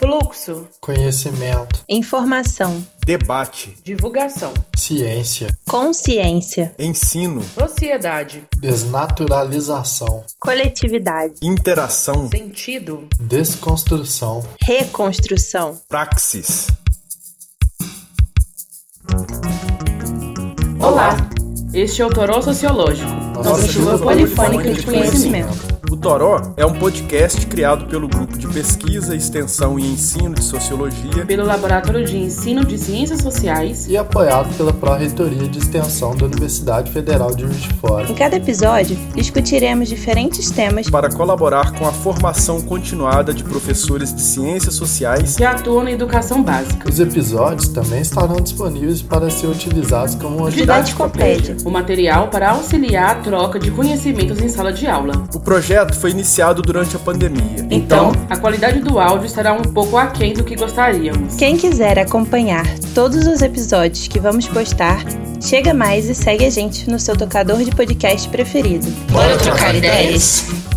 Fluxo, conhecimento, informação, debate, divulgação, ciência, consciência, ensino, sociedade, desnaturalização, coletividade, interação, sentido, desconstrução, reconstrução. praxis. Olá! Este é o Toró Sociológico, nossa, chuva polifônica de conhecimento. O Toró é um podcast criado pelo Grupo de Pesquisa, Extensão e Ensino de Sociologia Pelo Laboratório de Ensino de Ciências Sociais, e apoiado pela Pró-Reitoria de Extensão da Universidade Federal de Juiz de Fora. Em cada episódio, discutiremos diferentes temas para colaborar com a formação continuada de professores de ciências sociais que atua na educação básica. Os episódios também estarão disponíveis para ser utilizados como uma Didaticopédia. O material para auxiliar a troca de conhecimentos em sala de aula. O projeto foi iniciado durante a pandemia. Então, a qualidade do áudio estará um pouco aquém do que gostaríamos. Quem quiser acompanhar todos os episódios que vamos postar, chega mais e segue a gente no seu tocador de podcast preferido. Bora trocar ideias?